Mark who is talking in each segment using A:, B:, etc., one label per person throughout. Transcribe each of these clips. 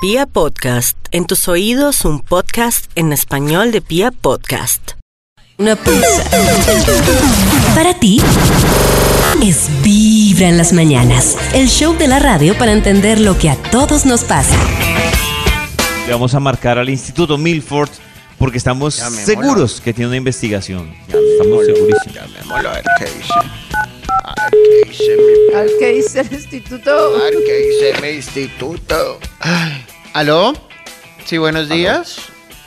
A: Pia Podcast, en tus oídos un podcast en español de Pia Podcast.
B: Una pizza. Para ti es Vibra en las mañanas, el show de la radio para entender lo que a todos nos pasa.
C: Le vamos a marcar al Instituto Milford porque estamos
D: me
C: seguros que tiene una investigación. estamos segurísimos.
D: Llamémoslo a ver qué dice. A ver qué dice mi,
E: Al que dice el instituto.
D: a ver qué dice mi instituto. Ay. ¿Aló? Sí, buenos días.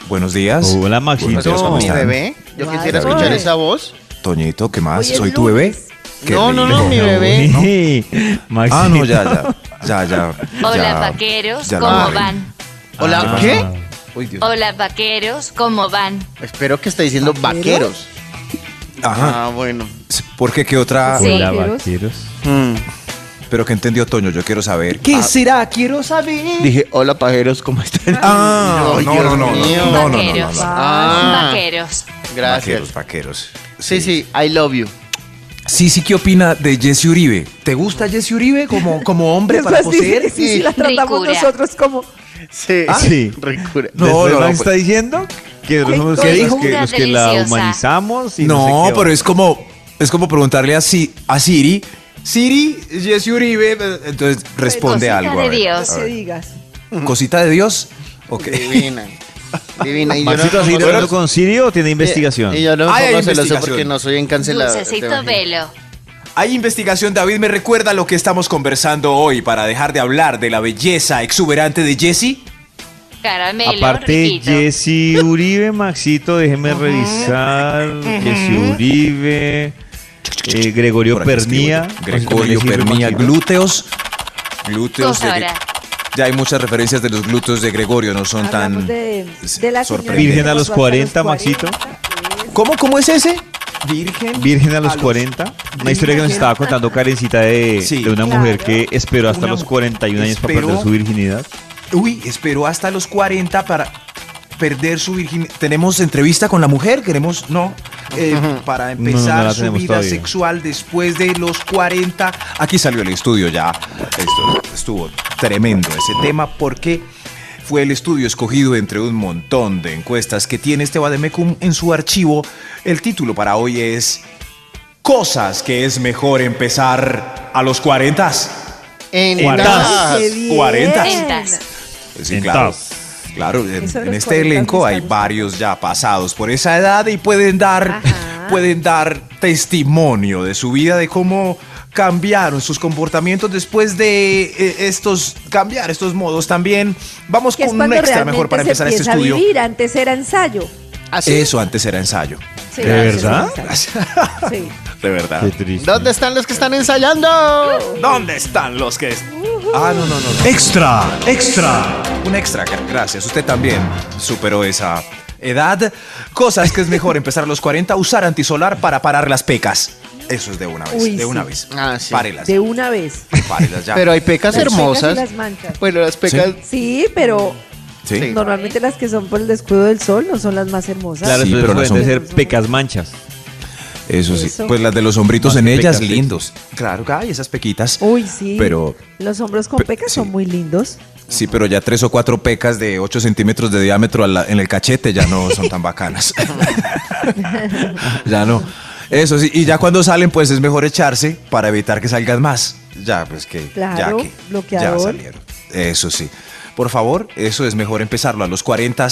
F: Buenos días.
C: Hola,
F: Buenos días,
D: No,
F: ¿cómo
D: mi
F: están?
D: bebé. Yo
E: Ay,
D: quisiera
F: bebé.
D: escuchar esa voz.
F: Toñito, ¿qué más?
E: Hoy es
F: ¿Soy tu bebé?
E: lunes.
F: Qué
D: No, no, no,
F: rico.
D: mi bebé.
C: Maxi.
F: Ah, no, ya, ya. Ya, ya.
G: Hola
F: ya,
G: vaqueros,
F: ya la
G: ¿cómo
F: amarré.
G: van?
D: Hola,
C: Ah.
D: ¿qué?
F: Uy, Dios.
G: Hola vaqueros, ¿cómo van?
D: Espero que esté diciendo vaqueros.
F: Ajá.
D: Ah, bueno.
F: ¿Por qué qué otra?
E: Sí.
C: Hola,
E: Vaqueros.
C: vaqueros.
D: Mm.
F: Pero que entendió Toño, yo quiero saber. Ah,
D: ¿Qué será? Quiero saber. Dije, hola pajeros, ¿cómo están?
F: Ah,
D: Ay,
F: no,
D: Dios
F: no, no, no,
D: mío.
F: no, no, no, no, no,
G: Vaqueros.
F: no.
D: Ah,
G: Vaqueros.
D: gracias.
F: Vaqueros, vaqueros.
D: Sí, sí, I love you.
F: Sí, sí, ¿qué opina de Jesse Uribe? ¿Te gusta Jesse Uribe como, como hombre para
E: Esas dicen,
F: poseer?
E: pues, sí, sí, la
G: Ricura.
E: tratamos nosotros como.
D: Sí,
C: Ah.
D: sí. Ricura.
F: No,
C: ¿Desde
F: no,
C: la
F: no,
C: está
F: pues-
C: diciendo que
E: Ay,
C: somos
E: ¿qué
C: los
E: dijo?
C: que, los que la
G: Deliciosa.
C: humanizamos y no,
F: No,
C: sé qué
F: pero
C: va.
F: es como, es como preguntarle a, Si- a Siri. Siri, Jesse Uribe. eh, Entonces responde
G: Pues Cosita
F: algo. a
G: de
F: ver,
G: Dios.
F: a
E: No
F: ver.
E: que digas.
F: ¿Cosita de Dios? Ok.
D: Divina. Divina. Y yo
C: Maxito
D: no-
C: así Eh,
D: no-
C: hablando con Sirio tiene investigación.
D: Y yo no me
F: Ay, hay
D: pongo celoso
F: investigación.
D: porque no soy encancelado.
G: Dulcecito velo.
F: Hay investigación, David, me recuerda lo que estamos conversando hoy para dejar de hablar de la belleza exuberante de Jesse.
G: Caramelo
C: Aparte,
G: riquito.
C: Jesse Uribe, Maxito, déjeme revisar. Jesse Uribe, eh, Gregorio
F: Por aquí
C: Pernía.
F: escribo yo. Gregorio
C: Maxito,
F: Pernía,
C: Maxito.
F: glúteos. Glúteos
G: Cosa
F: de-
G: ahora.
F: Ya hay muchas referencias de los glúteos de Gregorio, no son
E: Hablamos
F: tan
E: de, de la señora
F: sorprendentes.
C: pues, Virgen a los
E: que pasó hasta
C: 40, Maxito.
F: ¿Cómo, cómo es ese? Virgen.
C: Virgen a los 40. Una historia que nos estaba contando Karencita de,
F: Sí.
C: de una
E: Claro.
C: mujer que esperó hasta
F: Una
C: los
F: mu-
C: 41 años para
F: esperó.
C: perder su virginidad.
F: Uy, esperó hasta los 40 para perder su virginidad. ¿Tenemos entrevista con la mujer? ¿Queremos? No. Eh, para
C: no la
F: empezar su
C: tenemos
F: vida
C: todavía.
F: sexual después de los 40. Aquí salió el estudio ya. Esto estuvo tremendo ese tema porque fue el estudio escogido entre un montón de encuestas que tiene este Bademecum en su archivo. El título para hoy es Cosas que es mejor empezar a los 40.
D: En
C: Cuartas.
E: Qué
D: tas.
E: bien.
F: 40.
G: Ventas.
F: Sí,
C: En
F: claro.
C: tas.
F: Claro, en,
E: Eso de
F: en
E: los
F: este
E: 40
F: elenco hay
E: estamos.
F: varios ya pasados por esa edad y pueden dar,
E: Ajá.
F: pueden dar testimonio de su vida, de cómo cambiaron sus comportamientos después de eh, estos cambiar estos modos también. Vamos
E: Que es
F: con un
E: cuando
F: extra
E: realmente
F: mejor para
E: se
F: empezar este
E: empieza
F: estudio.
E: A vivir. Antes era ensayo.
D: Así.
F: Eso antes era ensayo.
E: Sí,
C: ¿De
E: antes
C: verdad?
E: era ensayo. Sí.
F: De verdad.
C: Qué triste.
D: ¿Dónde están los que están ensayando?
F: ¿Dónde están los que? es- Ah, no, no, no.
H: Extra, extra.
F: Un extra, gra- gracias. Usted también superó esa edad. Cosas que es mejor empezar a los 40, usar antisolar para parar las pecas. Eso es de una vez,
E: Uy,
F: de una
E: sí.
F: vez.
D: Ah, sí.
F: Párelas,
E: De una vez.
F: párelas ya.
D: Pero hay pecas
E: Las pecas
D: hermosas.
E: y las manchas.
D: Bueno, las pecas.
E: Sí, pero
F: Sí.
D: sí.
E: normalmente las que son por el escudo del sol no son las más hermosas.
C: Claro,
F: Sí,
C: entonces
F: pero no
C: pueden
F: son-
C: ser pecas manchas.
F: Eso sí.
E: Eso.
F: Pues las de los hombritos
C: Más
F: en
C: que
F: ellas,
C: pecas, sí.
F: lindos. Claro, ay, esas pequitas.
E: Uy, sí.
F: Pero
E: Los hombros con
F: Pe-
E: pecas
F: sí.
E: son muy lindos.
F: sí, pero ya tres o cuatro pecas de 8 centímetros de diámetro a la- en el cachete ya no son tan bacanas. ya no. Eso sí, y ya cuando salen, pues es mejor echarse para evitar que salgan más. Ya, pues que.
E: Claro,
F: ya que,
E: bloqueador.
F: Ya salieron. Eso sí. Por favor, eso es mejor empezarlo a los 40.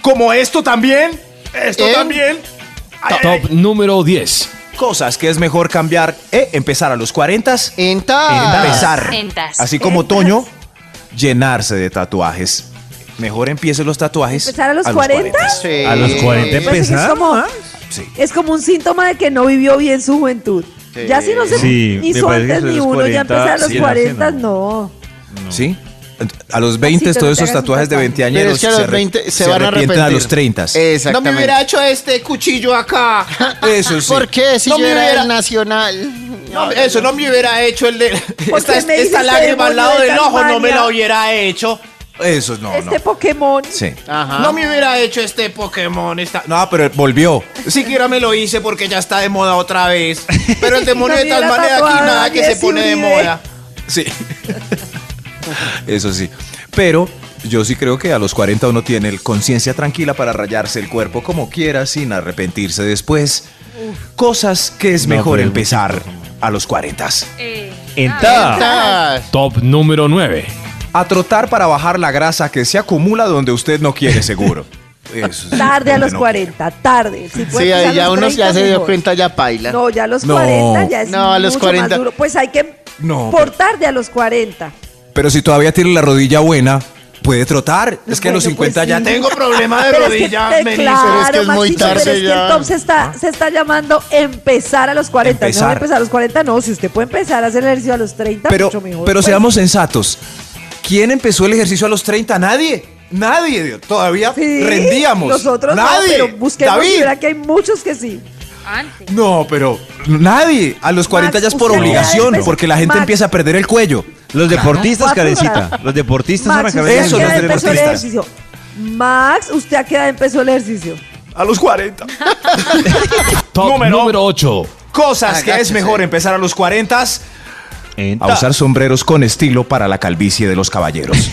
F: Como esto también. Esto
D: ¿Eh?
F: también. Ay, ay, ay.
H: Top número 10.
F: Cosas que es mejor cambiar, eh, empezar a los 40.
D: En tas.
F: Empezar.
G: Entas.
F: Así como
E: Entas.
F: Toño, llenarse de tatuajes. Mejor empiece los tatuajes.
E: ¿Empezar a los 40?
D: Sí.
C: A los 40
E: Pues es que es
C: empezar.
E: como,
F: ¿ah? Sí.
E: es como un síntoma de que no vivió bien su juventud.
D: Sí.
E: Ya si no se
C: Sí,
E: ni
C: me
E: su
C: parece que
E: antes
C: eso de
E: ni
C: los
E: uno, ya
C: 40,
E: empezar a los
C: sí, no, sí,
E: 40,
C: no.
E: no.
F: ¿Sí? A los 20,
E: Maxito, no
F: todos
E: te hagas
F: esos
E: un
F: tatuajes de
E: tatuaje.
F: 20 años
D: Pero es que a los 20 se, van a arrepentir. Eh,
F: a los 30.
D: Exactamente.
I: No me hubiera hecho este cuchillo acá.
F: Ah, Eso sí.
D: ¿Por qué? Si
I: No
D: yo
I: me
D: era
I: hubiera-
D: el nacional.
I: No, eso no me hubiera hecho el de. Esta,
E: me
I: esta
E: hiciste
I: lágrima al lado
E: demonio de
I: del ojo no me
E: Tasmania?
I: la hubiera hecho.
F: Eso no,
E: este
F: no.
E: Pokémon.
F: Sí. Ah,
D: Ajá.
I: No me hubiera hecho este Pokémon. Esta...
F: No, pero volvió.
I: Siquiera me lo hice porque ya está de moda otra vez. Pero el demonio
E: No
I: de
E: me hubiera
I: tal manera aquí
E: tatuado a
I: nada que se
E: Jesse
I: pone de
E: Uribe.
I: moda.
F: Sí. Eso sí. Pero yo sí creo que a los 40 uno tiene el conciencia tranquila para rayarse el cuerpo como quiera sin arrepentirse después. Cosas que es
C: No,
F: mejor
C: pero-
F: empezar a los 40.
G: Eh,
C: Entra.
D: Ah,
H: Top número 9.
F: A trotar para bajar la grasa que se acumula donde usted no quiere seguro. Eso sí,
E: Tarde a
F: donde
E: los
F: no
E: 40, tarde. Si
D: Sí,
E: puedes pues, a
D: ahí ya
E: los
D: uno
E: 30
D: ya se dio
E: mejor.
D: cuenta, ya paila.
E: No, ya a los
F: No.
E: 40 ya es
D: No, a los
E: mucho
D: 40.
E: más duro. Pues hay que
F: No,
E: por
F: pero-
E: tarde a los 40.
F: quiere. Pero si todavía tiene la rodilla buena, puede trotar. Es que a los
E: Bueno, pues
F: 50 ya
E: sí.
F: tengo.
I: problema de
E: Pero es que,
I: rodillas,
E: te- Este,
I: Melissa.
E: claro,
D: es que es muy
E: Maxito,
D: tarde
E: pero es que
D: ya.
E: el top se está, se está llamando empezar a los 40. No
F: ¿Ah? Empezar.
E: empezar a los 40, no. Si usted puede empezar a hacer ejercicio a los 30,
F: Pero,
E: mucho mejor.
F: pero
E: pues.
F: seamos sensatos. ¿Quién empezó el ejercicio a los 30? Nadie. Nadie. Dios. Todavía
E: Sí,
F: rendíamos.
E: Nosotros
F: nadie.
E: no, pero busquemos
F: David.
E: y verá que hay muchos que sí.
F: No, pero nadie. A los 40 ya es por
E: usted ya
F: obligación,
E: empezó-
F: porque la gente
E: Max.
F: empieza a perder el cuello.
C: Los deportistas,
E: Cuatro
C: Karencita.
E: horas.
C: Los deportistas
E: Max,
C: arrancaron
E: usted
F: Eso,
E: a qué
F: los
E: edad empezó el
F: deportistas.
E: ejercicio. Max, ¿usted a qué edad empezó el ejercicio?
F: A los 40.
H: Top
F: Número-
H: número 8.
F: Cosas que es
D: Agáchese.
F: mejor empezar a los 40
C: Entra.
F: a usar sombreros con estilo para la calvicie de los caballeros.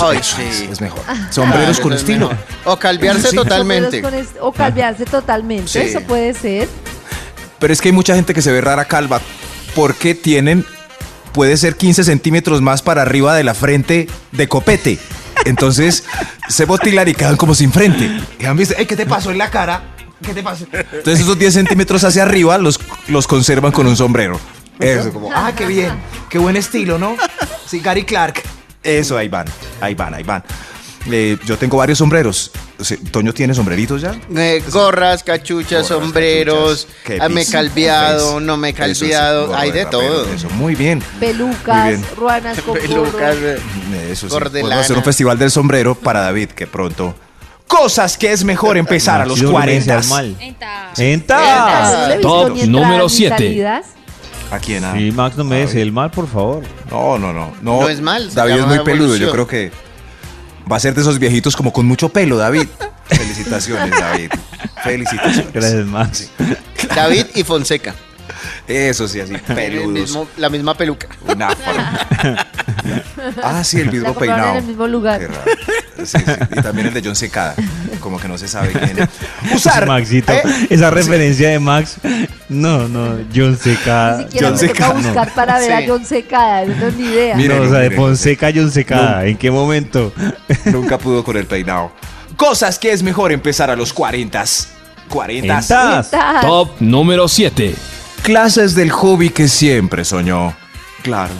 D: Ay, sí.
F: Es mejor. Sombreros
D: Claro, eso
F: con
D: Ah, es
F: estilo.
D: mejor. O calviarse
F: Sí.
D: totalmente.
E: Con es- O cambiarse totalmente,
F: Sí.
E: eso puede ser.
F: Pero es que hay mucha gente que se ve rara calva porque tienen, puede ser 15 centímetros más para arriba de la frente de copete. Entonces se botilan y quedan como sin frente. Y han visto, "Ey, ¿qué te pasó en la cara? ¿Qué te pasó? Entonces esos 10 centímetros hacia arriba los, los conservan con un sombrero. Eso, como, ah, qué bien, qué buen estilo, ¿no? Sí, Gary Clark. Eso, ahí van, ahí van, ahí van. Eh, yo tengo varios sombreros. Sí, ¿Toño tiene sombreritos ya?
D: Eh, gorras, cachuchas,
F: Gorras,
D: sombreros,
F: cachuchas, qué
D: ah, me he
F: piso,
D: calviado,
F: eso,
D: no me he
F: pues, eso, sí,
D: calviado,
F: gorra
D: hay
F: de
D: de
F: rapero,
D: todo.
F: Eso, muy bien. Muy
E: Pelucas,
F: bien.
E: ruanas con
D: Pelucas,
E: gorro.
D: eh.
F: Eso sí.
D: Gordelana.
F: Podemos hacer un festival del sombrero para David, que pronto. Cosas que es mejor empezar a los
C: Yo no me hice
F: 40.
C: mal.
G: Entra.
F: Ah.
C: Entra.
E: Yo no le he visto
H: Top
E: ni entradas
H: número
E: ni
H: 7.
E: salidas.
F: ¿A quién? ah?
C: Sí, Max, no me des el mal, por favor.
F: No, no, no, no.
D: No es mal, se
F: David es
D: llama
F: muy peludo.
D: evolución.
F: Yo creo que va a ser de esos viejitos como con mucho pelo, David. Felicitaciones, David. Felicitaciones.
C: Gracias, Max.
D: David y Fonseca.
F: Eso sí, así,
D: El
F: peludos.
D: mismo- la misma peluca.
F: Una forma. Ah, sí, el
E: La
F: vidrio
E: compraron
F: peinado.
E: en el mismo lugar.
F: Qué raro. Sí, sí. Y también el de John Secada. Como que no se sabe quién es. Usar.
C: Maxito,
F: eh,
C: esa referencia de Max. No, no, John Secada.
E: Ni siquiera
F: Ah, John
E: me toca
F: Secada, no.
E: buscar para ver
D: Sí.
E: a John Secada, no tengo ni idea.
F: Mira,
C: no, o sea, de
F: Mírenlo,
C: Fonseca a John Secada. ¿En qué momento?
F: Nunca pudo con el peinado. Cosas que es mejor empezar a los 40. 40.
C: Entas.
E: Estás-
H: Top número 7.
F: Clases del hobby que siempre soñó. Claro.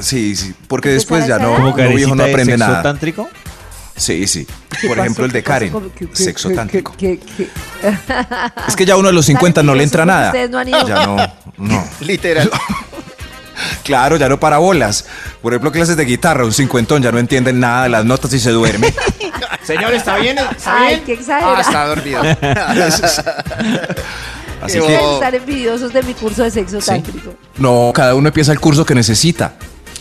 F: Sí, sí. Porque después ya no,
E: ¿Como
F: no viejo no
C: de
F: aprende
C: sexo
F: nada.
C: tántrico?
F: Sí, sí.
E: ¿Qué
F: Por
E: pasó?
F: ejemplo, el
E: ¿Qué
F: de
E: pasó?
F: Karen.
E: ¿Cómo que- que-
F: Sexo
E: que-
F: tántrico.
E: que- que-
F: Es que ya uno a los 50 no le
E: Yo
F: entra
E: supongo que
F: nada.
E: ustedes no han ido.
F: Ya no, no.
D: Literal.
F: Claro, ya no para bolas. Por ejemplo, clases de guitarra, un cincuentón ya no entienden nada de las notas y se duerme.
I: Señor, ¿está bien? ¿Está
E: Ay,
I: bien?
E: qué
D: Ah,
E: exagerado.
D: está dormido.
F: Así
D: Qué
F: que
D: bobo.
E: Están envidiosos de mi curso de sexo tántrico.
F: no, cada uno empieza el curso que necesita.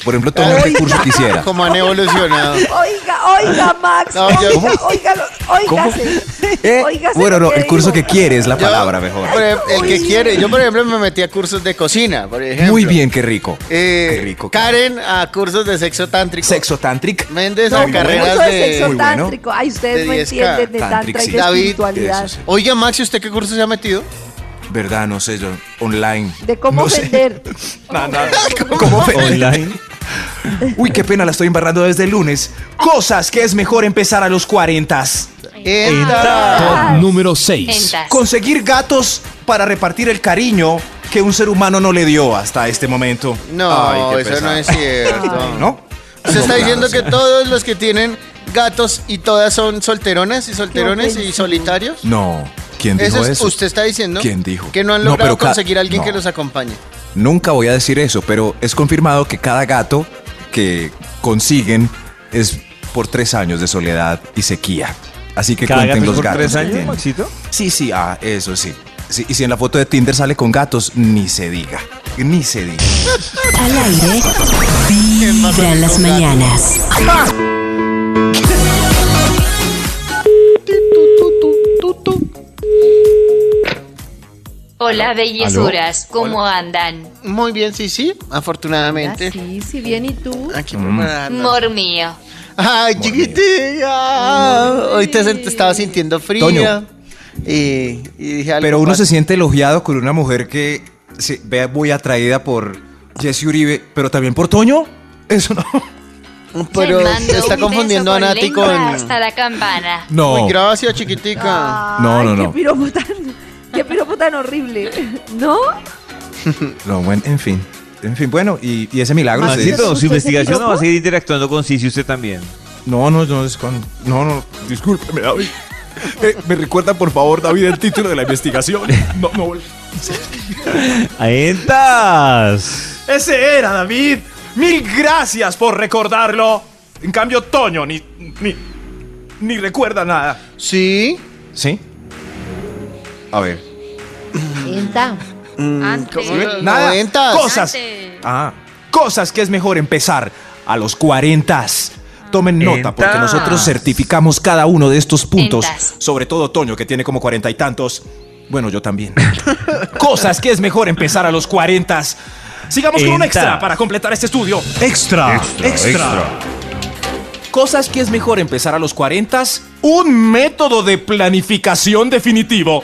F: Por ejemplo, todo el curso que quisiera.
D: Como han evolucionado.
E: Oiga, oiga, Max.
D: No,
E: oiga,
D: yo-
E: oiga, oígase.
F: Eh,
E: Oígase
F: bueno,
E: lo
F: no, el curso
E: digo.
F: que quiere es la
D: Yo,
F: palabra mejor.
D: por ej- el que quiere. Yo, por ejemplo, me metí a cursos de cocina, por ejemplo.
F: Muy bien, qué rico.
D: Eh,
F: qué rico.
D: Karen a cursos de sexo tántrico.
F: Sexo tantric.
D: Méndez
E: No,
D: a
E: un
D: carreras
E: curso de sexo
F: Muy
D: de...
F: bueno.
E: tántrico. Ay,
D: De
E: ustedes no
D: 10K.
E: entienden de
F: Tántrico,
E: tantra y
F: sí.
E: de
D: David,
E: espiritualidad.
F: eso sí.
D: Oiga, Max, ¿y usted qué curso se ha metido?
F: Verdad, no sé yo. Online.
E: De cómo
F: No sé.
E: ofender. Ah,
F: ¿Cómo fe-
C: Online.
F: Uy, qué pena, la estoy embarrando desde el lunes. Cosas que es mejor empezar a los 40.
D: Entra.
H: Top número 6.
G: Entas.
F: Conseguir gatos para repartir el cariño que un ser humano no le dio hasta este momento.
D: No,
F: Ay, qué
D: eso
F: pesar.
D: no es cierto.
F: ¿No?
D: Se está
F: No,
D: diciendo
F: claro,
D: que todos los que tienen gatos y todas son solteronas y solterones y
G: pues,
E: ofensivo.
D: solitarios.
F: sí. No, ¿quién dijo
D: Eso
F: eso?
D: es- usted está diciendo
F: ¿Quién dijo?
D: que no han
F: No,
D: logrado
F: pero ca-
D: conseguir a alguien
F: no.
D: que los acompañe.
F: Nunca voy a decir eso, pero es confirmado que cada gato que consiguen es por tres años de soledad y sequía. Así que
C: Cada
F: cuenten
C: gato es
F: los
C: por
F: gatos.
C: tres
F: que
C: años,
F: tienen.
C: Maxito.
F: Sí, sí, ah, eso sí. Sí, Y si en la foto de Tinder sale con gatos, ni se diga. Ni se diga.
B: Al aire, vibra en las mañanas.
G: Hola, bellezuras. ¿Cómo andan?
D: Muy bien, sí, sí, afortunadamente.
E: Sí, sí, bien, ¿y tú?
F: Mm.
D: Aquí preparando.
G: Mor mío.
D: Ay, chiquitilla. Hoy te sent- estaba sintiendo fría.
F: Toño.
D: Y, y dije algo
F: Pero uno
D: más.
F: se siente elogiado con una mujer que se ve muy atraída por Jesse Uribe, pero también por Toño. Eso no.
D: Pero
G: Le mando
D: se está
G: un beso
D: confundiendo a
G: con
D: Nati
G: lengua
D: con.
G: Hasta la campana.
F: No.
D: Muy gracias, chiquitica.
F: No, no,
E: Ay,
F: no.
E: Qué piropo tan, qué piropo tan horrible. ¿No?
F: No, bueno, en fin. En fin, bueno, y, y ese milagro.
E: Maxito,
F: ustedes-
C: Maxito,
E: ¿usted
C: su
E: se
C: investigación
E: equivocó?
C: no va a seguir interactuando con Sisi usted también.
F: No, no, no, es con- no, no, discúlpeme, David. Eh, me recuerda, por favor, David, el título de la investigación. No, no, vol-
C: ¡Aentas!
I: Ese era David. Mil gracias por recordarlo. En cambio, Toño ni, ni, ni recuerda nada.
D: Sí.
F: ¿Sí? A ver.
E: Sienta.
G: Antes.
D: Mm, ¿Cómo?
F: Nada.
D: Noventas.
F: Cosas.
G: Antes.
F: Ah, cosas que es mejor empezar a los 40. Tomen nota, porque
C: Entas.
F: nosotros certificamos cada uno de estos puntos.
G: Entas.
F: Sobre todo Toño, que tiene como cuarenta y tantos. Bueno, yo también. cosas que es mejor empezar a los 40.
I: Sigamos con un extra
C: Entas.
I: para completar este estudio.
F: Eh, Extra, extra,
I: Cosas que es mejor empezar a los 40. Un método de planificación definitivo.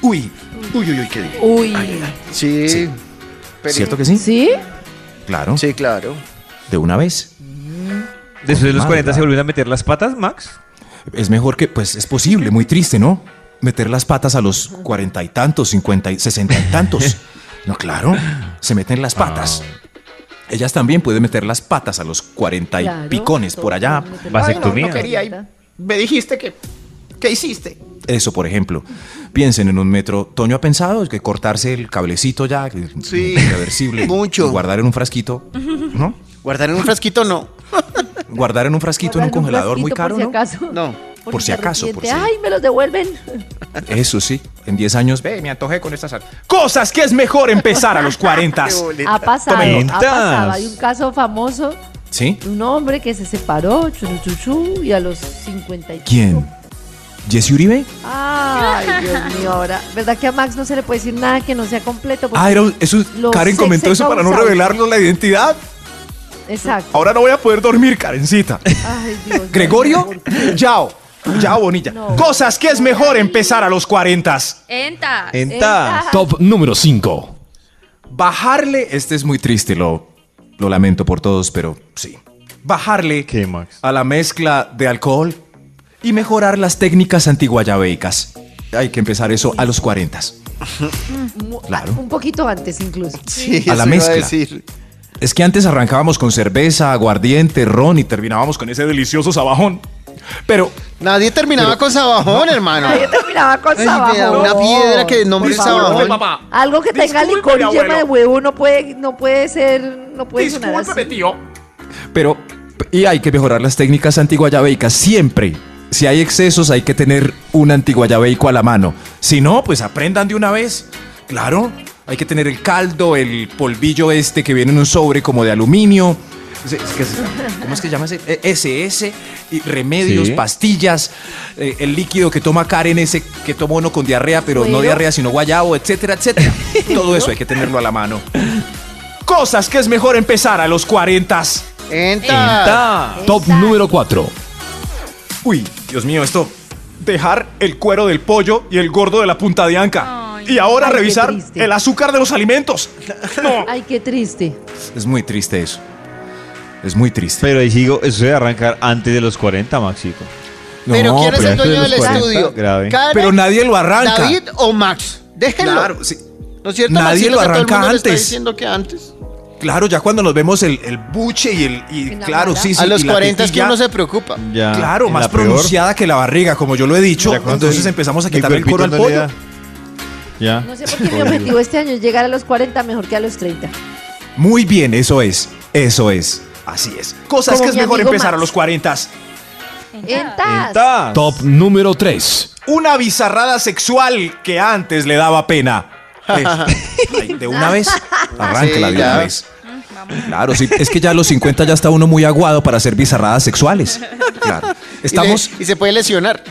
F: Uy,
D: Uy, uy, uy, qué dije.
E: Uy.
D: Sí. Pero-
F: ¿cierto que sí?
E: ¿Sí?
F: Claro.
D: Sí, claro.
F: De una vez.
C: Después de los
F: Madre,
C: 40 se
F: madre.
C: volvieron a meter las patas, Max.
F: Es mejor que, pues es posible, muy triste, ¿no? Meter las patas a los cuarenta y tantos, cincuenta y sesenta y tantos. No, claro, se meten las patas. Ellas también pueden meter las patas a los cuarenta y
E: Claro,
F: picones por allá.
C: Vasectomía.
I: Me dijiste que. ¿Qué hiciste?
F: Eso, por ejemplo. Piensen en un metro. Toño ha pensado que cortarse el cablecito ya, que es
D: Sí,
F: irreversible,
D: mucho.
F: y guardar en un frasquito, ¿no?
D: Guardar en un frasquito no.
F: Guardar en un frasquito en un congelador muy caro,
E: Por si
F: ¿no?
E: acaso.
D: No.
F: Por si acaso, por si-
E: Ay, me los devuelven.
F: Eso sí, en 10 años, ve, Eh, me antojé con estas
I: Cosas que es mejor empezar a los 40.
E: Ha pasado,
C: Tomen
E: ha pasado.
C: notas.
E: Hay un caso famoso
F: ¿Sí?
E: de un hombre que se separó, chuchuchuchu, y a los 55.
F: ¿Quién? ¿Jesse Uribe?
E: Ay, Dios mío, ahora. ¿Verdad que a Max no se le puede decir nada que no sea completo? Porque-
F: Ah, era un- eso,
E: Los
F: Karen
E: sex
F: comentó eso para no
E: abusados.
F: revelarnos la identidad.
E: Exacto.
F: Ahora no voy a poder dormir, Karencita.
E: Ay, Dios mío.
F: Gregorio, Yao, Yao Bonilla.
E: No.
I: Cosas que es mejor empezar a los 40.
G: Enta.
C: ¡Entas!
H: Top número 5.
F: Bajarle, este es muy triste, lo, lo lamento por todos, pero sí. Bajarle
C: ¿Qué, Max?
F: a la mezcla de alcohol y mejorar las técnicas antiguayabeicas. Hay que empezar eso a los 40.
E: Mu-
F: Claro.
E: Un poquito antes incluso.
D: Sí,
F: A la
D: eso iba
F: mezcla.
D: decir.
F: Es que antes arrancábamos con cerveza, aguardiente, ron y terminábamos con ese delicioso sabajón. Pero
D: Nadie terminaba con sabajón, hermano.
E: Yo terminaba con
D: Ay,
E: sabajón.
D: vea, una piedra que nombre
E: Por
D: sabajón.
E: favor.
I: papá.
E: Algo que tenga
I: Disculpe,
E: licor y
I: abuelo.
E: yema de huevo no puede, no puede ser, no puede sonar
I: Discúlpeme,
E: así.
I: tío.
F: Pero, y hay que mejorar las técnicas antiguayabéicas siempre. Si hay excesos, hay que tener un antiguayabeico a la mano. Si no, pues aprendan de una vez. Claro, hay que tener el caldo, el polvillo este que viene en un sobre como de aluminio. Se- es que se- ¿Cómo es que llama ese? E- SS, y remedios,
C: Sí.
F: pastillas, eh, el líquido que toma Karen, ese que toma uno con diarrea, pero no
E: Bueno.
F: diarrea, sino guayabo, etcétera, etcétera. Todo eso hay que tenerlo a la mano.
I: Cosas que es mejor empezar a los 40.
D: Entra.
H: Top número 4.
I: Uy, Dios mío, esto. Dejar el cuero del pollo y el gordo de la punta de anca.
G: Ay.
I: y ahora
E: Ay, qué
I: revisar
E: triste.
I: el azúcar de los alimentos. No.
E: Ay, qué triste.
F: Es muy triste eso. Es muy triste.
C: Pero ahí sigo, eso debe arrancar antes de los 40, Maxito.
D: Pero
F: No,
D: ¿quién es el
F: antes de
D: dueño
F: los
D: del
F: 40.
D: estudio?
C: grave.
D: ¿Karen,
F: Pero nadie lo arranca.
D: ¿David o Max? Déjenlo.
F: Claro, sí.
D: ¿No es cierto?
F: Nadie
D: Maxito,
F: lo
D: que todo el
F: arranca
D: mundo le está
F: antes.
D: diciendo que antes.
F: Claro, ya cuando nos vemos el, el buche y el. y
E: En la
F: claro,
E: bola.
F: sí, sí.
D: a los
F: y la
D: 40 es que
F: tetilla,
D: uno se preocupa.
C: Ya,
F: Claro,
C: en
F: más
C: la peor.
F: pronunciada que la barriga, como yo lo he dicho.
C: Ya cuando
F: Entonces
C: el-
F: empezamos a quitarle el
C: cuerpito
F: cuero al
C: no le
F: pollo.
C: da. Ya.
E: No sé por qué mi objetivo este año es llegar a los 40 mejor que a los 30.
F: Muy bien, eso es. Eso es. Así es.
I: Cosas
E: Como
I: que es
E: mi
I: mejor
E: amigo
I: empezar a
E: Max.
I: los 40.
E: Entas.
C: ¡Entas!
H: Top número 3.
I: Una bizarrada sexual que antes le daba pena.
F: Eso. Ay, de una vez. Arráncala
D: Sí,
F: de una
D: ya.
F: vez. Claro, sí. Es que ya a los 50 ya está uno muy aguado para hacer bizarradas sexuales. Claro.
D: Y le-
F: Estamos.
D: Y, se puede lesionar.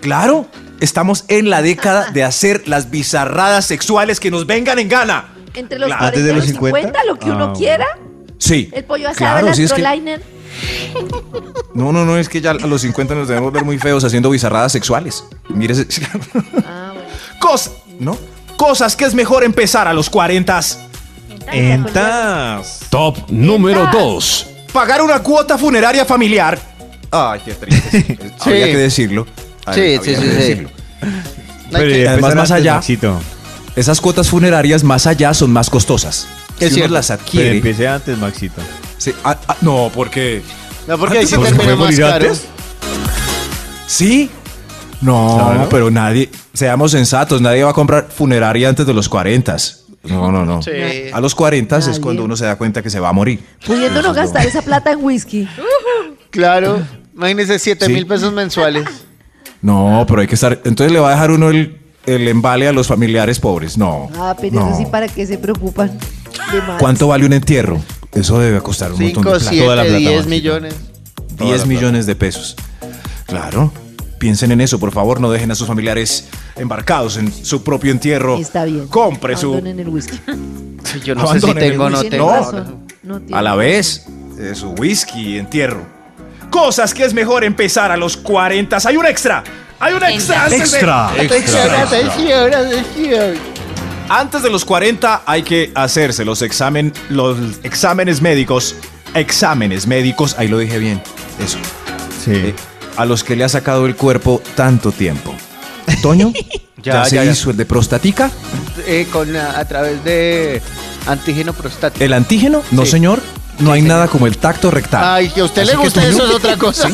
F: Claro, estamos en la década de hacer las bizarradas sexuales que nos vengan en gana.
E: Entre los
C: Claro,
E: 40
C: antes de
E: y los
C: los
E: 50,
C: 50,
E: lo que
C: ah,
E: uno
C: bueno.
E: quiera.
F: Sí.
E: El pollo asado,
F: claro,
E: el
F: sí, es que
E: astroliner.
F: No, no, no, es que ya a los 50 nos debemos ver muy feos haciendo bizarradas sexuales. Mire, ese-
E: Ah,
I: Cos-
F: ¿no?
I: cosas que es mejor empezar a los 40.
C: Entas.
H: Top número 2.
I: Pagar una cuota funeraria familiar.
F: Ay, qué triste. Había que decirlo.
D: Sí,
F: Había
D: sí,
F: que
D: sí, sí.
F: decirlo.
D: No hay que-
F: además,
C: empezar
F: más
C: antes,
F: allá.
C: Maxito.
F: Esas cuotas funerarias más allá son más costosas.
D: Es
F: si uno
D: cierto.
F: las
C: Pero
F: adquiere.
C: empecé antes, Maxito.
F: se- ah, ah, no, porque.
D: No, porque ahí se
C: Pues,
D: termina
C: ¿puedo
D: más
C: morir
D: caro.
C: antes?
F: ¿Sí? No,
C: Claro.
F: pero nadie. Seamos sensatos, nadie va a comprar funeraria antes de los 40. No, no, no.
D: Sí.
F: A los 40 es
E: Nadie.
F: cuando uno se da cuenta que se va a morir.
E: Pudiendo no gastar esa plata en whisky.
D: Claro. Imagínense 7
F: Sí.
D: mil pesos mensuales.
F: No, pero hay que estar. Entonces le va a dejar uno el, el embale a los familiares pobres. No.
E: Ah, pero
F: no.
E: eso sí, ¿para qué se preocupan? De más.
F: ¿Cuánto vale un entierro? Eso debe costar un montón
D: 5,
F: de plata.
C: Toda la
D: 7,
C: plata,
D: 10
C: Maxito.
D: millones.
F: 10 millones de pesos. Claro. Piensen en eso, por favor, no dejen a sus familiares embarcados en su propio entierro.
E: Está bien.
F: Compre su-
E: Abandonen el whisky.
D: Sí, Yo no sé si
F: Abandonen el
D: tengo o no
E: Tiene
D: tengo.
E: razón, no tiene
F: A la
E: razón.
F: vez, eh, su whisky y entierro.
I: Cosas que es mejor empezar a los 40. Hay un extra. Hay un extra. antes de-
D: Atención, atención, atención.
F: Antes de los 40 hay que hacerse los, examen, los exámenes médicos. Exámenes médicos, ahí lo dije bien. Eso. Eh,
C: Sí.
F: a los que le ha sacado el cuerpo tanto tiempo. Toño,
D: Ya,
F: ya, se
D: ya, ya.
F: hizo el de prostatica,
D: Eh, con, a, a través de antígeno prostático.
F: el antígeno. No,
D: Sí.
F: señor, no hay nada como el tacto rectal.
D: Ay, que a usted le
F: Así que,
D: guste eso
F: Toño,
D: es otra cosa.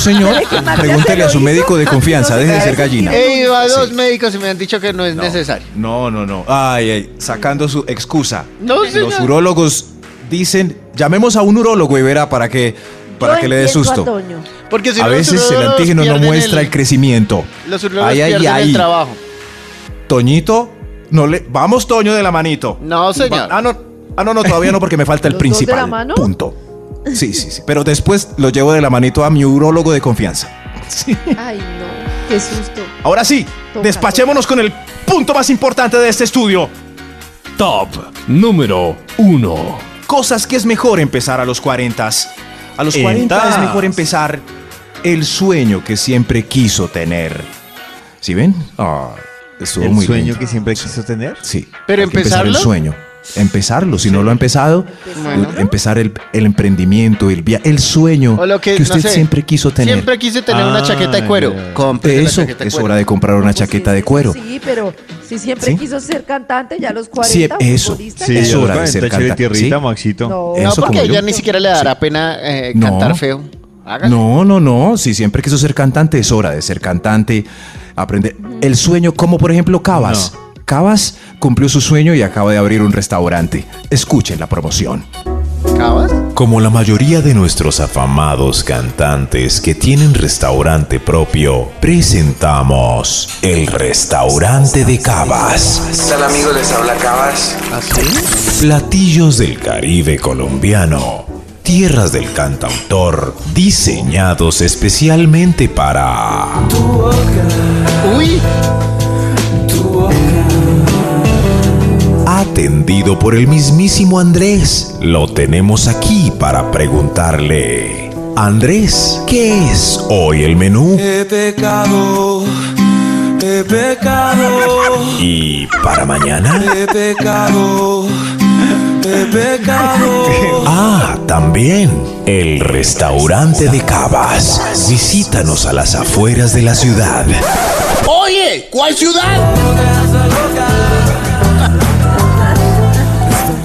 F: señor.
E: Dale, que Max ya se
F: Pregúntele
E: lo
F: a su
E: hizo.
F: médico de confianza. Deje de ser gallina.
D: He ido a dos
F: Sí.
D: médicos y me han dicho que no es
F: No,
D: necesario.
F: No, no, no. Ay, ay, sacando su excusa.
D: No,
F: Los
D: señor.
F: urólogos dicen, llamemos a un urólogo y verá para que, para
E: Yo
F: que le dé
E: entiendo a
F: susto.
E: Toño.
D: Porque si
F: A
D: no, los
F: veces el
D: urólogos
F: antígeno no
D: pierden
F: muestra el, crecimiento.
D: Los urólogos pierden el trabajo.
F: Toñito, no le, vamos Toño de la manito.
D: No, señor.
F: Ah, no, ah, no, no, todavía no porque me falta el
E: ¿Los dos de la
F: principal.
E: mano?
F: Punto. Sí, sí, sí. Pero después lo llevo de la manito a mi urólogo de confianza. Sí.
E: Ay, no. Qué susto.
I: Ahora sí,
E: Toca,
I: despachémonos con el punto más importante de este estudio.
H: Top número 1.
F: Cosas que es mejor empezar a los 40. A los 40 es
C: Entas.
F: mejor empezar el sueño que siempre quiso tener. ¿Sí ven? Ah, estuvo
C: El
F: muy
C: sueño
F: lindo.
C: que siempre quiso tener.
F: Sí.
D: ¿Pero
F: hay que empezar
D: empezarlo?
F: el sueño. Empezarlo, si no lo ha empezado,
D: Bueno.
F: empezar el, el emprendimiento, el via- el sueño
D: O lo que,
F: que, usted
D: no sé,
F: siempre quiso tener.
D: Siempre quise tener una
C: Ah,
D: chaqueta de cuero.
C: ya.
D: Compre
F: De eso es hora de comprar una
E: Pues sí,
F: chaqueta de
E: sí,
F: cuero.
E: Sí, pero si siempre
F: ¿Sí?
E: quiso ser cantante, ya a los 40.
F: Siem- eso.
E: futbolista,
F: Sí,
E: ya-
F: es
C: yo
F: hora de
C: también,
F: ser
C: tache
F: cantante,
C: tierrita,
F: ¿sí?
C: Maxito.
E: No.
D: No,
F: Eso
D: porque
F: como
D: ella
F: yo.
D: ni siquiera le dará pena eh,
F: No.
D: cantar feo. Hágale.
F: No, no, no. Si siempre quiso ser cantante, es hora de ser cantante. Aprender el sueño, como por ejemplo Cabas. Cabas cumplió su sueño y acaba de abrir un restaurante. Escuchen la promoción.
D: ¿Cabas?
J: Como la mayoría de nuestros afamados cantantes que tienen restaurante propio, presentamos el restaurante de Cabas.
K: tal amigos? Les habla Cabas.
J: Platillos del Caribe colombiano. Tierras del cantautor, diseñados especialmente para
D: Uy,
J: atendido por el mismísimo Andrés. Lo tenemos aquí para preguntarle. Andrés, ¿qué es hoy el menú?
K: He pecado, he pecado,
J: Y para mañana.
K: he pecado, he pecado.
J: Ah, también. El restaurante de Cabas. Visítanos a las afueras de la ciudad.
K: Oye, ¿cuál ciudad?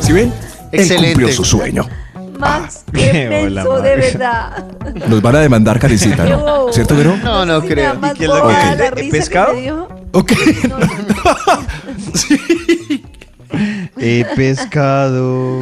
F: ¿Sí ven? Él
D: Excelente.
F: cumplió su sueño.
E: Max, qué
C: Hola,
E: menso, de
C: Max.
E: verdad.
F: Nos van a demandar carecita, ¿no? ¿Cierto que no?
D: No, no
E: Sí,
D: creo.
E: nada más
C: ¿Y qué es lo
E: boba
F: que-
E: la
C: eh,
E: risa
C: pescado?
E: que me dio.
F: Ok.
C: He pescado.